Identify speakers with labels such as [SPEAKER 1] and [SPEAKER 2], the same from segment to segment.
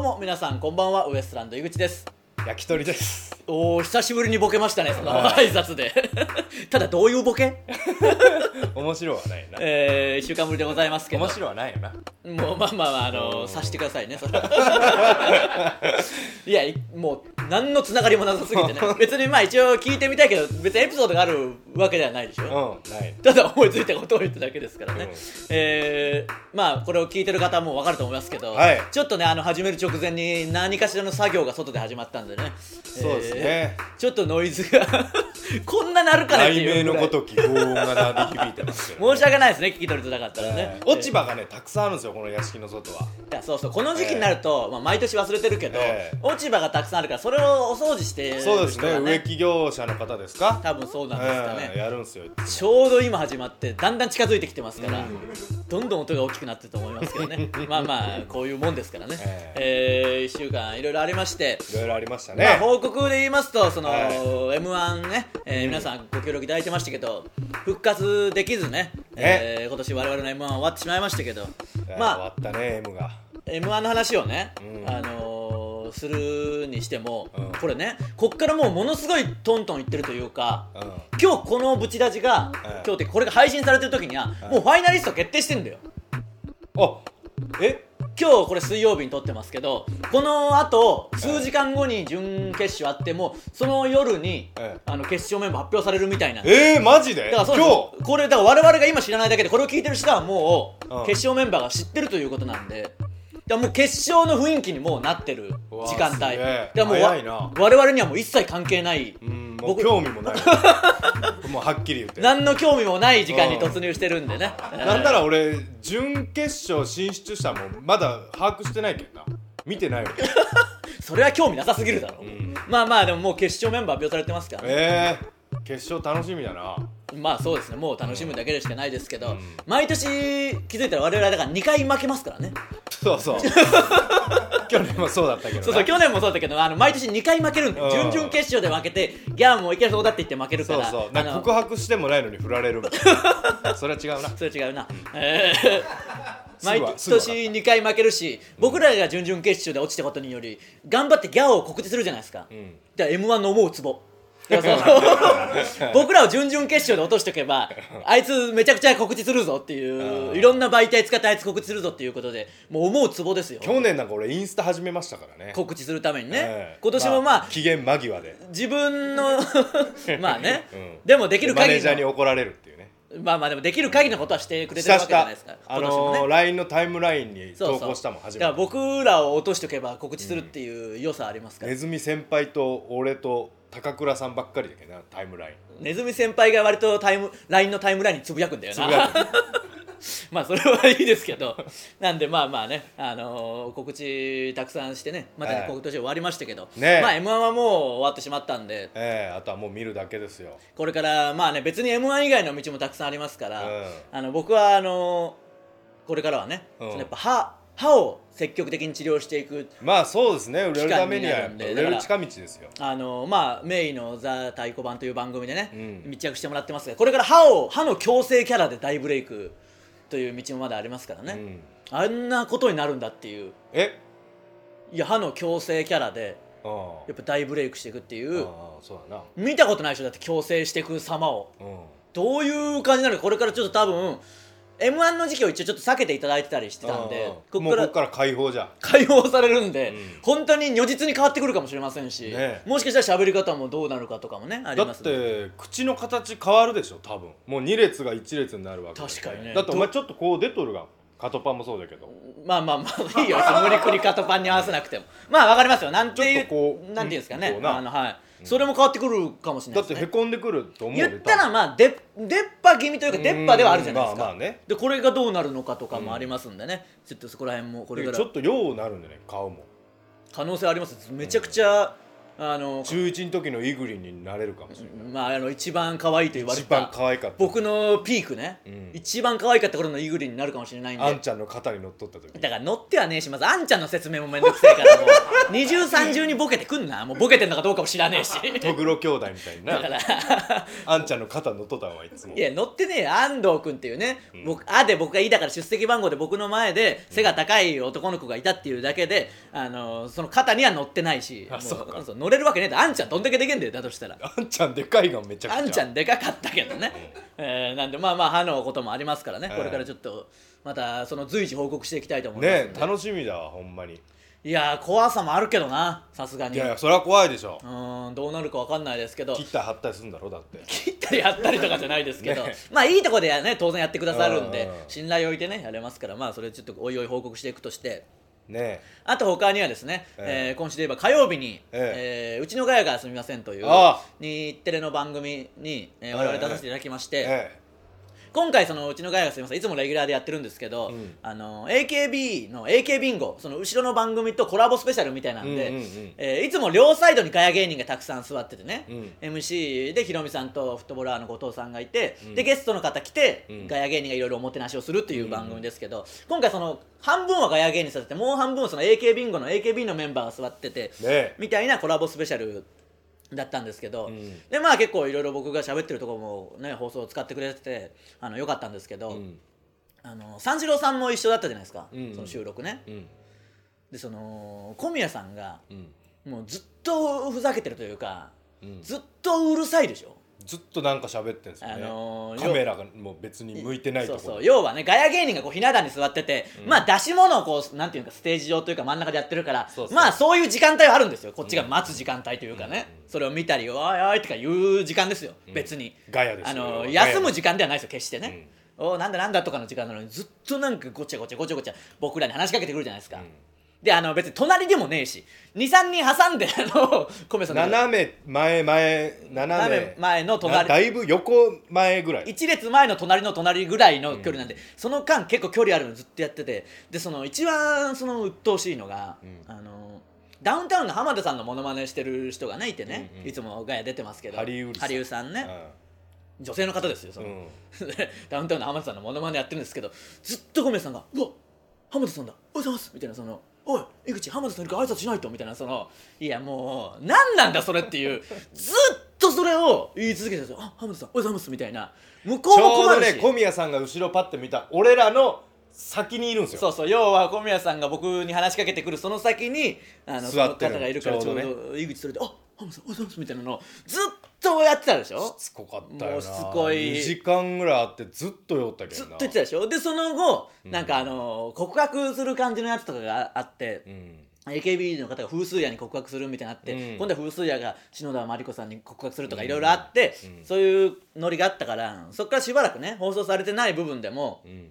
[SPEAKER 1] も皆さんこんばんはウエストランド井口です
[SPEAKER 2] 焼き鳥です
[SPEAKER 1] おお久しぶりにボケましたねその挨拶で ただどういうボケ
[SPEAKER 2] 面白はないな
[SPEAKER 1] えー、1週間ぶりでございますけど
[SPEAKER 2] 面白はないよな
[SPEAKER 1] もうまあまあまああの
[SPEAKER 2] うん
[SPEAKER 1] 察してくださいねそれ いやいもう何のつながりもなさすぎてね別にまあ一応聞いてみたいけど別にエピソードがあるわけではないでしょ、
[SPEAKER 2] うんない
[SPEAKER 1] ただ思いついたことを言っただけですからね、
[SPEAKER 2] うん
[SPEAKER 1] えーまあこれを聞いてる方はもう分かると思いますけど、
[SPEAKER 2] はい
[SPEAKER 1] ちょっとねあの始める直前に何かしらの作業が外で始まったんでね
[SPEAKER 2] そうです
[SPEAKER 1] え
[SPEAKER 2] ね
[SPEAKER 1] ーちょっとノイズがこんななるかなって
[SPEAKER 2] 題
[SPEAKER 1] い
[SPEAKER 2] 名
[SPEAKER 1] うぐ
[SPEAKER 2] の
[SPEAKER 1] らい
[SPEAKER 2] ごとき轟音が鳴り響いてますけど
[SPEAKER 1] 申し訳ないですね聞き取りづらかったらね、
[SPEAKER 2] 落ち葉がねたくさんあるんですよこの屋敷の外はい
[SPEAKER 1] やそうそうこの時期になると、まあ、毎年忘れてるけど、
[SPEAKER 2] ええ
[SPEAKER 1] 落ち葉がたくさんあるからそれをお掃除してる人
[SPEAKER 2] そう
[SPEAKER 1] が、
[SPEAKER 2] ですね植木業者の方ですか
[SPEAKER 1] 多分そうなんですかね
[SPEAKER 2] え、えやるんですよいつも
[SPEAKER 1] ちょうど今始まってだんだん近づいてきてますから、どんどん音が大きくなってると思いますけど ねまあまあこういうもんですからね、え1週間いろいろありまして、
[SPEAKER 2] いろいろありました
[SPEAKER 1] まあ、
[SPEAKER 2] ね
[SPEAKER 1] 報告で言いますとその、
[SPEAKER 2] はい
[SPEAKER 1] m 1ね、えー皆さんご協力いただいてましたけど復活できずねえー今年我々の m 1終わってしまいましたけど、
[SPEAKER 2] ええ
[SPEAKER 1] まあ
[SPEAKER 2] 終わったね M が
[SPEAKER 1] m 1の話をね、
[SPEAKER 2] うん
[SPEAKER 1] あのーするにしても、
[SPEAKER 2] うん
[SPEAKER 1] これねこっからもうものすごいトントンいってるというか、
[SPEAKER 2] うん
[SPEAKER 1] 今日このブチラジが、
[SPEAKER 2] うん
[SPEAKER 1] 今日ってこれが配信されてる時には、
[SPEAKER 2] うん
[SPEAKER 1] もうファイナリスト決定してんだよ
[SPEAKER 2] あえ
[SPEAKER 1] 今日これ水曜日に撮ってますけどこのあと数時間後に準決勝あってもその夜に、
[SPEAKER 2] うん
[SPEAKER 1] あの決勝メンバー発表されるみたいなんで
[SPEAKER 2] えーマジで
[SPEAKER 1] だからそう
[SPEAKER 2] 今日
[SPEAKER 1] なんですこれだから我々が今知らないだけでこれを聞いてる人はもう、
[SPEAKER 2] うん
[SPEAKER 1] 決勝メンバーが知ってるということなんでだからもう決勝の雰囲気にもうなってる
[SPEAKER 2] うわ
[SPEAKER 1] 時間帯
[SPEAKER 2] すげえ
[SPEAKER 1] だからもうわ
[SPEAKER 2] 早いな
[SPEAKER 1] 我々にはもう一切関係ない
[SPEAKER 2] うんもう
[SPEAKER 1] 僕
[SPEAKER 2] 興 味もないもうはっきり言って
[SPEAKER 1] 何の興味もない時間に突入してるんでね、えー
[SPEAKER 2] なんなら俺準決勝進出したのもまだ把握してないけどな見 てないよ
[SPEAKER 1] それは興味なさすぎるだろ、
[SPEAKER 2] ん
[SPEAKER 1] まあまあでももう決勝メンバー発表されてますからね
[SPEAKER 2] えー、決勝楽しみだな
[SPEAKER 1] まあそうですねもう楽しむだけでしかないですけど、
[SPEAKER 2] うん
[SPEAKER 1] 毎年気づいたら我々だから2回負けますからね
[SPEAKER 2] そうそう 去年もそうだったけどな
[SPEAKER 1] そうそう去年もそうだけどあの毎年2回負けるんで
[SPEAKER 2] うん
[SPEAKER 1] 準々決勝で負けてギャーもういけそうだって言って負けるか
[SPEAKER 2] そう
[SPEAKER 1] ら
[SPEAKER 2] そうなん
[SPEAKER 1] あ
[SPEAKER 2] か
[SPEAKER 1] の
[SPEAKER 2] 告白してもないのに振られるみたい なそれは違うな
[SPEAKER 1] それ違うな、えー
[SPEAKER 2] すぐ
[SPEAKER 1] 毎
[SPEAKER 2] はすぐは
[SPEAKER 1] 年2回負けるし僕らが準々決勝で落ちたことにより頑張ってギャーを告知するじゃないですか、
[SPEAKER 2] ん
[SPEAKER 1] だから m 1の思うツ ボだからその 僕らを準々決勝で落としとけ ばあいつめちゃくちゃ告知するぞっていううんいろんな媒体使ってあいつ告知するぞっていうことでもう思うツボですよ
[SPEAKER 2] 去年なんか俺インスタ始めましたからね
[SPEAKER 1] 告知するためにね、
[SPEAKER 2] ええ
[SPEAKER 1] 今年もまあ、
[SPEAKER 2] 期限間際で
[SPEAKER 1] 自分 のまあね、
[SPEAKER 2] うん
[SPEAKER 1] でもできる
[SPEAKER 2] マ
[SPEAKER 1] 限
[SPEAKER 2] ネー
[SPEAKER 1] り
[SPEAKER 2] ジャーに
[SPEAKER 1] の
[SPEAKER 2] 怒られるっていうね
[SPEAKER 1] まあまあでもできる限りのことはしてくれ
[SPEAKER 2] して
[SPEAKER 1] るわ
[SPEAKER 2] た
[SPEAKER 1] け
[SPEAKER 2] し
[SPEAKER 1] じゃ
[SPEAKER 2] た
[SPEAKER 1] ないですか
[SPEAKER 2] あ
[SPEAKER 1] 今年もね
[SPEAKER 2] のー LINE のタイムラインに投稿したもん初
[SPEAKER 1] だから
[SPEAKER 2] めて
[SPEAKER 1] 僕らを落としとけば告知するっていう良さありますから、
[SPEAKER 2] ネズミ先輩と俺と高倉さんばっかりだけどなタイムライン
[SPEAKER 1] ネズミ先輩が割とタイム LINE のタイムラインにつぶやくんだよ
[SPEAKER 2] つぶや
[SPEAKER 1] な
[SPEAKER 2] くね
[SPEAKER 1] まあそれはいいですけどなんでまあまあね、あのー告知たくさんしてねまたね
[SPEAKER 2] ええ
[SPEAKER 1] 告知終わりましたけど、
[SPEAKER 2] ねえ
[SPEAKER 1] まあ m 1はもう終わってしまったんで
[SPEAKER 2] ええあとはもう見るだけですよ
[SPEAKER 1] これからまあね別に m 1以外の道もたくさんありますから、
[SPEAKER 2] うん
[SPEAKER 1] あの僕はあのーこれからはね、
[SPEAKER 2] うん
[SPEAKER 1] そのやっぱ歯歯を積極的に治療していく
[SPEAKER 2] まあそうですね売れるため
[SPEAKER 1] 期間に
[SPEAKER 2] には
[SPEAKER 1] な
[SPEAKER 2] や
[SPEAKER 1] る
[SPEAKER 2] っ
[SPEAKER 1] ん
[SPEAKER 2] ぱ
[SPEAKER 1] で
[SPEAKER 2] 売れる近道ですよ
[SPEAKER 1] あのまあメイの「ザ・太鼓判」という番組でね、
[SPEAKER 2] うん
[SPEAKER 1] 密着してもらってますがこれから歯を歯の矯正キャラで大ブレイクという道もまだありますから
[SPEAKER 2] う
[SPEAKER 1] ね、
[SPEAKER 2] ん
[SPEAKER 1] あんなことになるんだっていう
[SPEAKER 2] え
[SPEAKER 1] いや歯の矯正キャラで
[SPEAKER 2] ああ
[SPEAKER 1] やっぱ大ブレイクしていくっていう
[SPEAKER 2] ああそうだな
[SPEAKER 1] 見たことないでしょだって矯正していく様を
[SPEAKER 2] うん
[SPEAKER 1] どういう感じなのかこれからちょっと多分 m 1の時期を一応ちょっと避けていただいてたりしてたんで
[SPEAKER 2] ああ
[SPEAKER 1] こ
[SPEAKER 2] も
[SPEAKER 1] こか
[SPEAKER 2] うこ
[SPEAKER 1] ら
[SPEAKER 2] こから解放じゃん
[SPEAKER 1] 解放されるんで、
[SPEAKER 2] うん
[SPEAKER 1] 本当に如実に変わってくるかもしれませんし、
[SPEAKER 2] ねえ
[SPEAKER 1] もしかしたら喋り方もどうなるかとかもねあり
[SPEAKER 2] だ
[SPEAKER 1] ま
[SPEAKER 2] っ
[SPEAKER 1] すんで
[SPEAKER 2] て口の形変わるでしょ多分もう2列が1列になるわけ
[SPEAKER 1] 確かにね
[SPEAKER 2] だってお前ちょっとこう出とるがんカトパンもそうだけど
[SPEAKER 1] まあまあまあいいよ別に無理くりカトパンに合わせなくてもまあわかりますよなんてい
[SPEAKER 2] ちょっとこ
[SPEAKER 1] う
[SPEAKER 2] う
[SPEAKER 1] なんていうんですか
[SPEAKER 2] うん
[SPEAKER 1] ね
[SPEAKER 2] こうな
[SPEAKER 1] あのはいそれも変わってくるかもしれな
[SPEAKER 2] だ
[SPEAKER 1] い
[SPEAKER 2] っ
[SPEAKER 1] ですね
[SPEAKER 2] てへこんでくると思うで
[SPEAKER 1] 言ったら
[SPEAKER 2] 多
[SPEAKER 1] まあ出っ出っ歯気味というか
[SPEAKER 2] 分
[SPEAKER 1] 出っ歯ではあるじゃないですか、
[SPEAKER 2] うんまあまあね
[SPEAKER 1] でこれがどうなるのかとかもありますんでね、ちょっとそこら辺もこれか
[SPEAKER 2] ちょ
[SPEAKER 1] ら
[SPEAKER 2] っとようなるんだね顔も
[SPEAKER 1] 可能性ありますめちゃくちゃあの
[SPEAKER 2] 中1の時のイグリンになれるかもしれない
[SPEAKER 1] まああの一番可愛いと言われ
[SPEAKER 2] 一番
[SPEAKER 1] た
[SPEAKER 2] 可愛かった
[SPEAKER 1] 僕のピークね、
[SPEAKER 2] ん
[SPEAKER 1] 一番可愛かった頃のイグリになるかもしれないん
[SPEAKER 2] あん
[SPEAKER 1] で
[SPEAKER 2] ちゃんの肩に乗っとった時
[SPEAKER 1] だから乗ってはねえしまずあんちゃんの説明もめんどくせえからも う二重三重にボケてくんなもうボケてんのかどうかも知らねえし
[SPEAKER 2] トグロ兄弟みたいに
[SPEAKER 1] だか
[SPEAKER 2] な
[SPEAKER 1] ら
[SPEAKER 2] あんちゃんの肩乗っとったわいつも
[SPEAKER 1] いや乗ってねえよ安藤君っていうね、僕あで僕がいいだから出席番号で僕の前で背が高い男の子がいたっていうだけで、あのその肩には乗ってないし
[SPEAKER 2] あ
[SPEAKER 1] も
[SPEAKER 2] そうか
[SPEAKER 1] そう乗れるわけねえんだあんちゃんどんだけでけんだよだとしたら
[SPEAKER 2] あんちゃんでかいがめちゃくちゃ
[SPEAKER 1] あんちゃんでかかったけどね、えーなんでまあまあ歯のこともありますからね、
[SPEAKER 2] ええ
[SPEAKER 1] これからちょっとまたその随時報告していきたいと思います
[SPEAKER 2] ね
[SPEAKER 1] んで、
[SPEAKER 2] 楽しみだわほんまに
[SPEAKER 1] いやー怖さもあるけどなさすが
[SPEAKER 2] い
[SPEAKER 1] に
[SPEAKER 2] やいやそれは怖いでしょ
[SPEAKER 1] うーんどうなるかわかんないですけど
[SPEAKER 2] 切ったり貼ったりするんだろだって
[SPEAKER 1] 切ったりやったりとかじゃないですけど、
[SPEAKER 2] ね
[SPEAKER 1] まあいいとこでね当然やってくださるんで
[SPEAKER 2] うん
[SPEAKER 1] 信頼を置いてねやれますからまあそれちょっとおいおい報告していくとして
[SPEAKER 2] ね
[SPEAKER 1] あと他にはですね、
[SPEAKER 2] え
[SPEAKER 1] え
[SPEAKER 2] え
[SPEAKER 1] ー今週で言えば火曜日に、え
[SPEAKER 2] え
[SPEAKER 1] ーうちのガヤがすみませんという
[SPEAKER 2] ああ
[SPEAKER 1] 日テレの番組に、えー我々出させていただきまして、
[SPEAKER 2] ええ
[SPEAKER 1] 今回そのうちのガヤがすみませんいつもレギュラーでやってるんですけど、
[SPEAKER 2] うん
[SPEAKER 1] あの AKB の AK ビンゴその後ろの番組とコラボスペシャルみたいなんで、
[SPEAKER 2] うんうんうん
[SPEAKER 1] えーいつも両サイドにガヤ芸人がたくさん座っててね、
[SPEAKER 2] うん
[SPEAKER 1] MC でヒロミさんとフットボーラーの後藤さんがいて、
[SPEAKER 2] うん
[SPEAKER 1] でゲストの方来て、
[SPEAKER 2] うん
[SPEAKER 1] ガヤ芸人がいろいろおもてなしをするっていう番組ですけど、今回その半分はガヤ芸人させてもう半分はその AK ビンゴの AKB のメンバーが座ってて、
[SPEAKER 2] えね
[SPEAKER 1] みたいなコラボスペシャルだったんですけど、
[SPEAKER 2] うん
[SPEAKER 1] でまあ結構いろいろ僕が喋ってるところもね放送を使ってくれててあのよかったんですけど、
[SPEAKER 2] うん
[SPEAKER 1] あの三四郎さんも一緒だったじゃないですか、
[SPEAKER 2] うん
[SPEAKER 1] その収録ね
[SPEAKER 2] うん
[SPEAKER 1] でその小宮さんが
[SPEAKER 2] うん
[SPEAKER 1] もうずっとふざけてるというか
[SPEAKER 2] うん
[SPEAKER 1] ずっとうるさいでしょ
[SPEAKER 2] ずっとなんか喋ってんすよね、
[SPEAKER 1] あのー
[SPEAKER 2] カメラがもう別に向いてないと
[SPEAKER 1] そう
[SPEAKER 2] ころ
[SPEAKER 1] そう要はねガヤ芸人がこうひな壇に座ってて、まあ出し物をこうなんていうかステージ上というか真ん中でやってるから
[SPEAKER 2] そうそう
[SPEAKER 1] まあそういう時間帯はあるんですよこっちが待つ時間帯というかね、それを見たり「おいおい」とか言う時間ですよ、別に
[SPEAKER 2] ガヤです
[SPEAKER 1] あ
[SPEAKER 2] よ
[SPEAKER 1] の
[SPEAKER 2] ガヤ
[SPEAKER 1] 休む時間ではないですよ決してね、おおなんだなんだとかの時間なのにずっとなんかごちゃごちゃごちゃごちゃ僕らに話しかけてくるじゃないですか、であの別に隣でもねえし23人挟んであの米さんの
[SPEAKER 2] 斜め前前斜
[SPEAKER 1] 斜
[SPEAKER 2] め
[SPEAKER 1] め前の
[SPEAKER 2] な
[SPEAKER 1] 隣
[SPEAKER 2] だいぶ横前ぐらい
[SPEAKER 1] 一列前の隣の隣ぐらいの距離なんで、その間結構距離あるのずっとやっててでその一番その鬱陶しいのが、
[SPEAKER 2] ん
[SPEAKER 1] あのダウンタウンの浜田さんのモノマネしてる人がねいてね、
[SPEAKER 2] うんうん
[SPEAKER 1] いつもガヤ出てますけど
[SPEAKER 2] ハリウリさん
[SPEAKER 1] リウさんね、女性の方ですよそ
[SPEAKER 2] うん
[SPEAKER 1] の、
[SPEAKER 2] うん
[SPEAKER 1] で ダウンタウンの浜田さんのモノマネやってるんですけどずっと小宮さんが「うわ浜田さんだおはようございます」みたいなその「おい井口浜田さんいるから挨拶しないと」みたいなそのいやもう何なんだそれっていうずっとそれを言い続けてるんですよあ浜田さんおはようございます」みたいな向こう
[SPEAKER 2] ち
[SPEAKER 1] も
[SPEAKER 2] ょう
[SPEAKER 1] 困
[SPEAKER 2] ど
[SPEAKER 1] るし、
[SPEAKER 2] ね小宮さんが後ろパッて見た俺らの先にいるんですよ
[SPEAKER 1] そうそう要は小宮さんが僕に話しかけてくるその先にあのそ
[SPEAKER 2] 座
[SPEAKER 1] の
[SPEAKER 2] ってる
[SPEAKER 1] 方がいるからち
[SPEAKER 2] ち
[SPEAKER 1] ょ
[SPEAKER 2] ょ
[SPEAKER 1] う
[SPEAKER 2] うどね
[SPEAKER 1] ど井口それで「あ浜田さんおはようございます」みたいなのをずっとやってたでしょ
[SPEAKER 2] しつこかったよな
[SPEAKER 1] もうしつこい
[SPEAKER 2] 2時間ぐらいあってずっと酔ったけど
[SPEAKER 1] ずっ
[SPEAKER 2] な
[SPEAKER 1] と言ってたでしょでその後なんかあの告白する感じのやつとかがあって、
[SPEAKER 2] うん、
[SPEAKER 1] AKB の方が風水屋に告白するみたいになって、
[SPEAKER 2] うん
[SPEAKER 1] 今度は風水屋が篠田麻里子さんに告白するとかいろいろあって、そういうノリがあったからそこからしばらくね放送されてない部分でも
[SPEAKER 2] うん、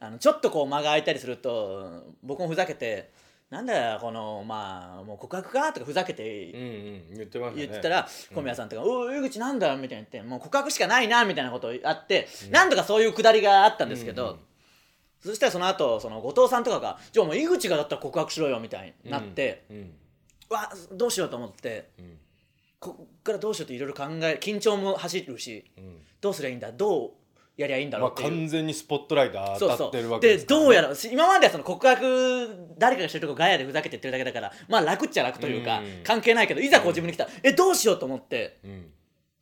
[SPEAKER 1] あのちょっとこう間が空いたりすると僕もふざけて「なんだよこのまあもう告白か?」とかふざけ
[SPEAKER 2] う
[SPEAKER 1] て
[SPEAKER 2] んうん言ってましたね
[SPEAKER 1] 言ってたら、小宮さんとか「おい井口なんだ?」みたいに言って「もう告白しかないな」みたいなことあって、なんとかそういうくだりがあったんですけど。
[SPEAKER 2] うんうん
[SPEAKER 1] そしたらその後その後藤さんとかが「じゃあもう井口がだったら告白しろよ」みたいになって、
[SPEAKER 2] うん
[SPEAKER 1] わどうしようと思って、
[SPEAKER 2] ん
[SPEAKER 1] ここっからどうしようっていろいろ考え緊張も走るし
[SPEAKER 2] うん
[SPEAKER 1] どうすりゃいいんだどうやりゃいいんだ
[SPEAKER 2] ま
[SPEAKER 1] ろ
[SPEAKER 2] あ
[SPEAKER 1] うっていう。
[SPEAKER 2] 完全にスポットライト
[SPEAKER 1] そう
[SPEAKER 2] 当た
[SPEAKER 1] そ
[SPEAKER 2] ってる
[SPEAKER 1] う
[SPEAKER 2] わけ
[SPEAKER 1] で
[SPEAKER 2] ですからね
[SPEAKER 1] どうやら今まではその告白誰かがしてるとこガヤでふざけてってるだけだからまあ楽っちゃ楽というか
[SPEAKER 2] うん
[SPEAKER 1] 関係ないけどいざこう自分に来たらえどうしようと思って
[SPEAKER 2] うん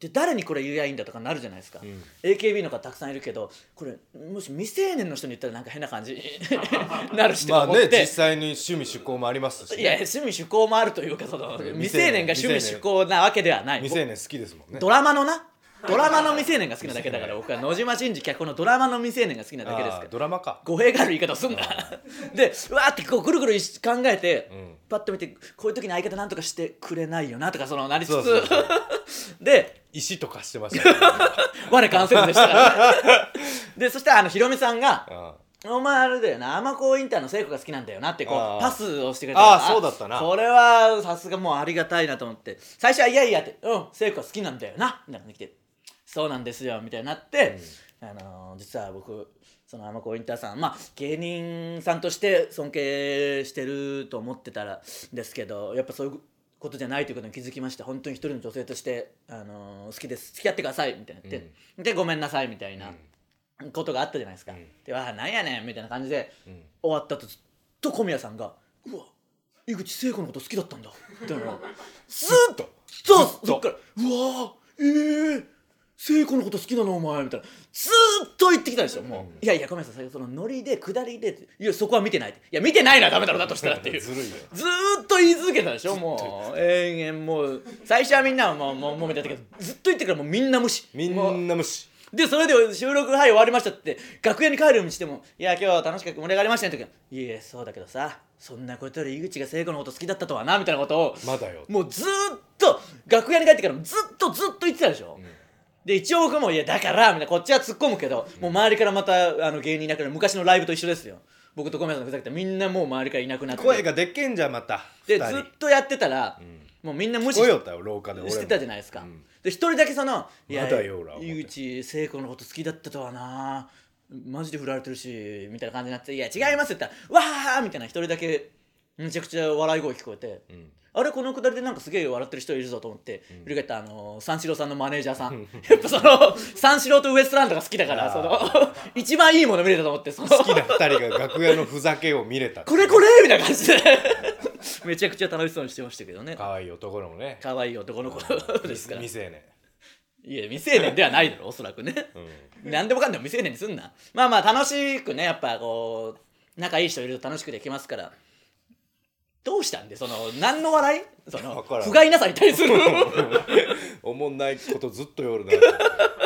[SPEAKER 1] で誰にこれ言えばいいんだとかなるじゃないですか、
[SPEAKER 2] うん
[SPEAKER 1] AKB の方たくさんいるけどこれもし未成年の人に言ったらなんか変な感じ になるしと
[SPEAKER 2] ま
[SPEAKER 1] か
[SPEAKER 2] あ
[SPEAKER 1] 思って、
[SPEAKER 2] ね実際に趣味趣向もありますしね、
[SPEAKER 1] いや趣味趣向もあるというかその未
[SPEAKER 2] 未
[SPEAKER 1] 成
[SPEAKER 2] 成
[SPEAKER 1] 年
[SPEAKER 2] 年
[SPEAKER 1] が趣味趣向なわけではない
[SPEAKER 2] 未成年好きですもんね
[SPEAKER 1] ドラマのなドラマの未成年が好きなだけだから僕は野島伸二脚本のドラマの未成年が好きなだけです
[SPEAKER 2] あ
[SPEAKER 1] け
[SPEAKER 2] ー
[SPEAKER 1] ど
[SPEAKER 2] ドラマか
[SPEAKER 1] 語弊がある言い方をすんなでうわーってこうぐるぐる考えて、
[SPEAKER 2] ん
[SPEAKER 1] パッと見てこういう時に相方なんとかしてくれないよなとかそのなりつつ
[SPEAKER 2] そうそうそう
[SPEAKER 1] で
[SPEAKER 2] 石とかしてましたよね
[SPEAKER 1] 我関せずでしたからねでそしたらあのヒロミさんが
[SPEAKER 2] あ
[SPEAKER 1] お前あれだよな天子インターの聖子が好きなんだよなってこ
[SPEAKER 2] あ
[SPEAKER 1] う
[SPEAKER 2] あ
[SPEAKER 1] パスをしてくれ
[SPEAKER 2] ああ
[SPEAKER 1] ら
[SPEAKER 2] そうだったな
[SPEAKER 1] これはさすがもうありがたいなと思って最初はいやいやってうん聖子が好きなんだよなみたいなの来てそうなんですよみたいになって、あのー実は僕その天子インターさんまあ芸人さんとして尊敬してると思ってたらですけどやっぱそういうことじゃないということに気づきまして本当に一人の女性として、あのー好きです付き合ってくださいみたいな言って、でごめんなさいみたいなことがあったじゃないですか、
[SPEAKER 2] うん
[SPEAKER 1] でわあなんやねんみたいな感じで
[SPEAKER 2] うん
[SPEAKER 1] 終わったとずっと小宮さんが「うわ井口聖子のこと好きだったんだ」みたい なずっと
[SPEAKER 2] ずっと
[SPEAKER 1] そっから「うわーええー、聖子のこと好きなのお前」みたいなずーっと言ってきたでしょもう、
[SPEAKER 2] うん
[SPEAKER 1] いやいや小宮さんそのノリで下りでって「いやそこは見てない」って「いや見てないのはダメだろだとしたら」っていう
[SPEAKER 2] ずるいよ
[SPEAKER 1] ずーっと言い続けたでしょもう永遠もう最初はみんなはもうもうもうみたいだけどずっと言ってからもうみんな無視
[SPEAKER 2] み
[SPEAKER 1] もうん
[SPEAKER 2] な無視
[SPEAKER 1] でそれで収録はい終わりましたって楽屋に帰る道でも「いや今日楽しく盛り上がりましたね」とか「いえそうだけどさそんなことより井口が聖子のこと好きだったとはな」みたいなことを
[SPEAKER 2] まだよ
[SPEAKER 1] もうずーっと楽屋に帰ってからもずっとずっと言ってたでしょ、で一応僕も「いやだから」みたいなこっちは突っ込むけど、もう周りからまたあの芸人いなくなる昔のライブと一緒ですよ僕と小宮さんのふざけてみんなもう周りからいなくなって
[SPEAKER 2] 声がでっけんじゃんまた
[SPEAKER 1] で
[SPEAKER 2] 二人
[SPEAKER 1] ずっとやってたら、もうみんな無視
[SPEAKER 2] 声よったよ廊下で俺も
[SPEAKER 1] してたじゃないですか、
[SPEAKER 2] うん
[SPEAKER 1] で一人だけその「いや
[SPEAKER 2] まだよ俺は思って
[SPEAKER 1] 井口聖子のこと好きだったとはなマジで振られてるし」みたいな感じになって「いや違います」って言ったら「わー!」みたいな一人だけめちゃくちゃ笑い声聞こえて、
[SPEAKER 2] ん
[SPEAKER 1] あれこのくだりでなんかすげえ笑ってる人いるぞと思って、振り返ったらあのー三四郎さんのマネージャーさんやっぱその三四郎とウエストランドが好きだから
[SPEAKER 2] あ
[SPEAKER 1] そ
[SPEAKER 2] ー
[SPEAKER 1] の一番いいもの見れたと思ってその
[SPEAKER 2] 好きな二人が楽屋のふざけを見れた
[SPEAKER 1] これこれみたいな感じで めちゃくちゃ楽しそうにしてましたけどね
[SPEAKER 2] 可愛い男のね
[SPEAKER 1] 可愛い男の子ですから
[SPEAKER 2] 未成年
[SPEAKER 1] いや未成年ではないだ ろおそらくね、何でもかんでも未成年にすんなまあまあ楽しくねやっぱこう仲いい人いると楽しくできますからどうしたんでその何の笑いその
[SPEAKER 2] わからん
[SPEAKER 1] 不甲斐なさに対する
[SPEAKER 2] おもんないことずっと夜な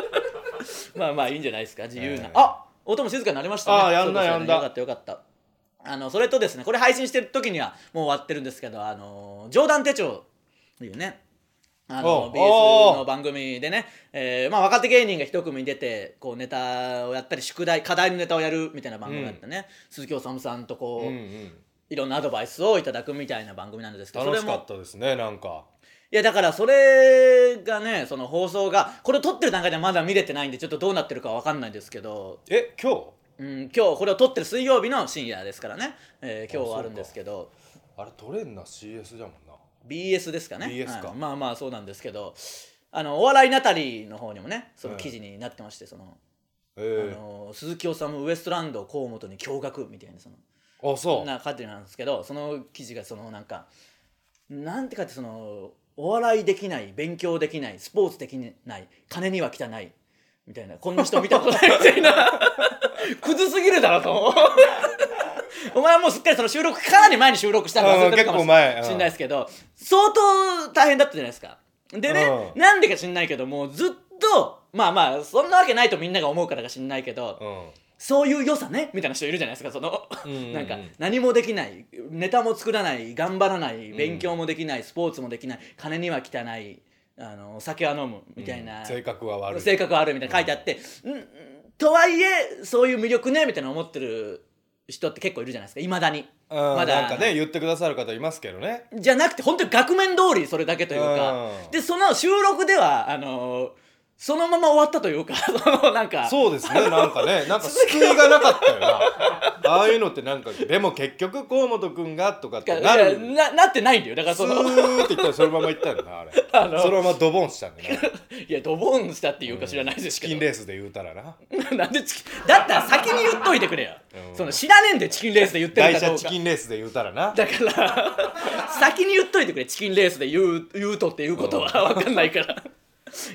[SPEAKER 1] まあまあいいんじゃないですか自由な、
[SPEAKER 2] ええ
[SPEAKER 1] あ音も静かになりましたね
[SPEAKER 2] ああやん
[SPEAKER 1] そうです
[SPEAKER 2] な
[SPEAKER 1] よね
[SPEAKER 2] やんだ
[SPEAKER 1] よかったよかったあのそれとですねこれ配信してる時にはもう終わってるんですけど「あの冗談手帳」というねあ
[SPEAKER 2] お
[SPEAKER 1] の
[SPEAKER 2] う
[SPEAKER 1] BS の番組でね、えーまあ、若手芸人が一組に出てこうネタをやったり宿題課題のネタをやるみたいな番組だったね、鈴木おさむさんとこう、
[SPEAKER 2] うんうん
[SPEAKER 1] いろんなアドバイスをいただくみたいな番組なんですけど
[SPEAKER 2] 楽し
[SPEAKER 1] それ
[SPEAKER 2] か
[SPEAKER 1] も
[SPEAKER 2] ったですねなんか
[SPEAKER 1] いやだからそれがねその放送がこれを撮ってる段階ではまだ見れてないんでちょっとどうなってるかわかんないんですけど、
[SPEAKER 2] え今日
[SPEAKER 1] うん、今日これを撮ってる水曜日の深夜ですからね、えー今日はあるんですけど
[SPEAKER 2] あれ取れんな CS じゃもんな
[SPEAKER 1] BS ですかね
[SPEAKER 2] BS か
[SPEAKER 1] はいまあまあそうなんですけどあのお笑いナタリーの方にもねその記事になってまして、その、
[SPEAKER 2] え
[SPEAKER 1] あの鈴木治ウエストランド河本に驚愕みたいなその
[SPEAKER 2] えあそ
[SPEAKER 1] そんな感じなんですけどその記事がそのなんかなんてかってそのお笑いできない勉強できないスポーツできない金には汚いみたいなこんな人見たことないみたい なクズすぎるだろと思う お前はもうすっかりその収録かなり前に収録したの忘れてるかも
[SPEAKER 2] うん結構前うん
[SPEAKER 1] しれないですけど相当大変だったじゃないですかでね
[SPEAKER 2] うん
[SPEAKER 1] なんでか知んないけどもうずっとまあまあそんなわけないとみんなが思うからか知んないけど、
[SPEAKER 2] ううん
[SPEAKER 1] そういう良さねみたいな人いるじゃないですかその、
[SPEAKER 2] うんうんうん
[SPEAKER 1] なんか何もできないネタも作らない頑張らない勉強もできない、スポーツもできない金には汚いあのお酒は飲むみたいな、
[SPEAKER 2] 性格は悪い
[SPEAKER 1] 性格悪いみたいな書いてあって、うんうんとはいえそういう魅力ねみたいな思ってる人って結構いるじゃないですかいまだに。
[SPEAKER 2] うん
[SPEAKER 1] まだ
[SPEAKER 2] なんかね言ってくださる方いますけどね
[SPEAKER 1] じゃなくて本当に額面通りそれだけというか、
[SPEAKER 2] うん
[SPEAKER 1] でその収録ではあのそのまま終わったというか そのなんか
[SPEAKER 2] そうです ねなんかねなんか救いがなかったよなああいうのってなんかでも結局河本君がとかってなる
[SPEAKER 1] いやななってないんだよだから
[SPEAKER 2] ス
[SPEAKER 1] そ
[SPEAKER 2] ー
[SPEAKER 1] の
[SPEAKER 2] ッて言ったらそのまま行ったんだなあれ
[SPEAKER 1] あの
[SPEAKER 2] そのままドボンしたん だない
[SPEAKER 1] やドボンしたっていうか知らないです
[SPEAKER 2] チ
[SPEAKER 1] け
[SPEAKER 2] キ
[SPEAKER 1] ど、
[SPEAKER 2] ンレースで言うた らな
[SPEAKER 1] なんでチキンだったら先に言っといてくれよ、
[SPEAKER 2] うん
[SPEAKER 1] その知らねえんでチキンレースで言ってるか
[SPEAKER 2] 台
[SPEAKER 1] ど
[SPEAKER 2] 車
[SPEAKER 1] う
[SPEAKER 2] チ
[SPEAKER 1] か
[SPEAKER 2] キンレースで言うたらな
[SPEAKER 1] だから 先に言っといてくれチキンレースで言う言うとっていうことは分かんないから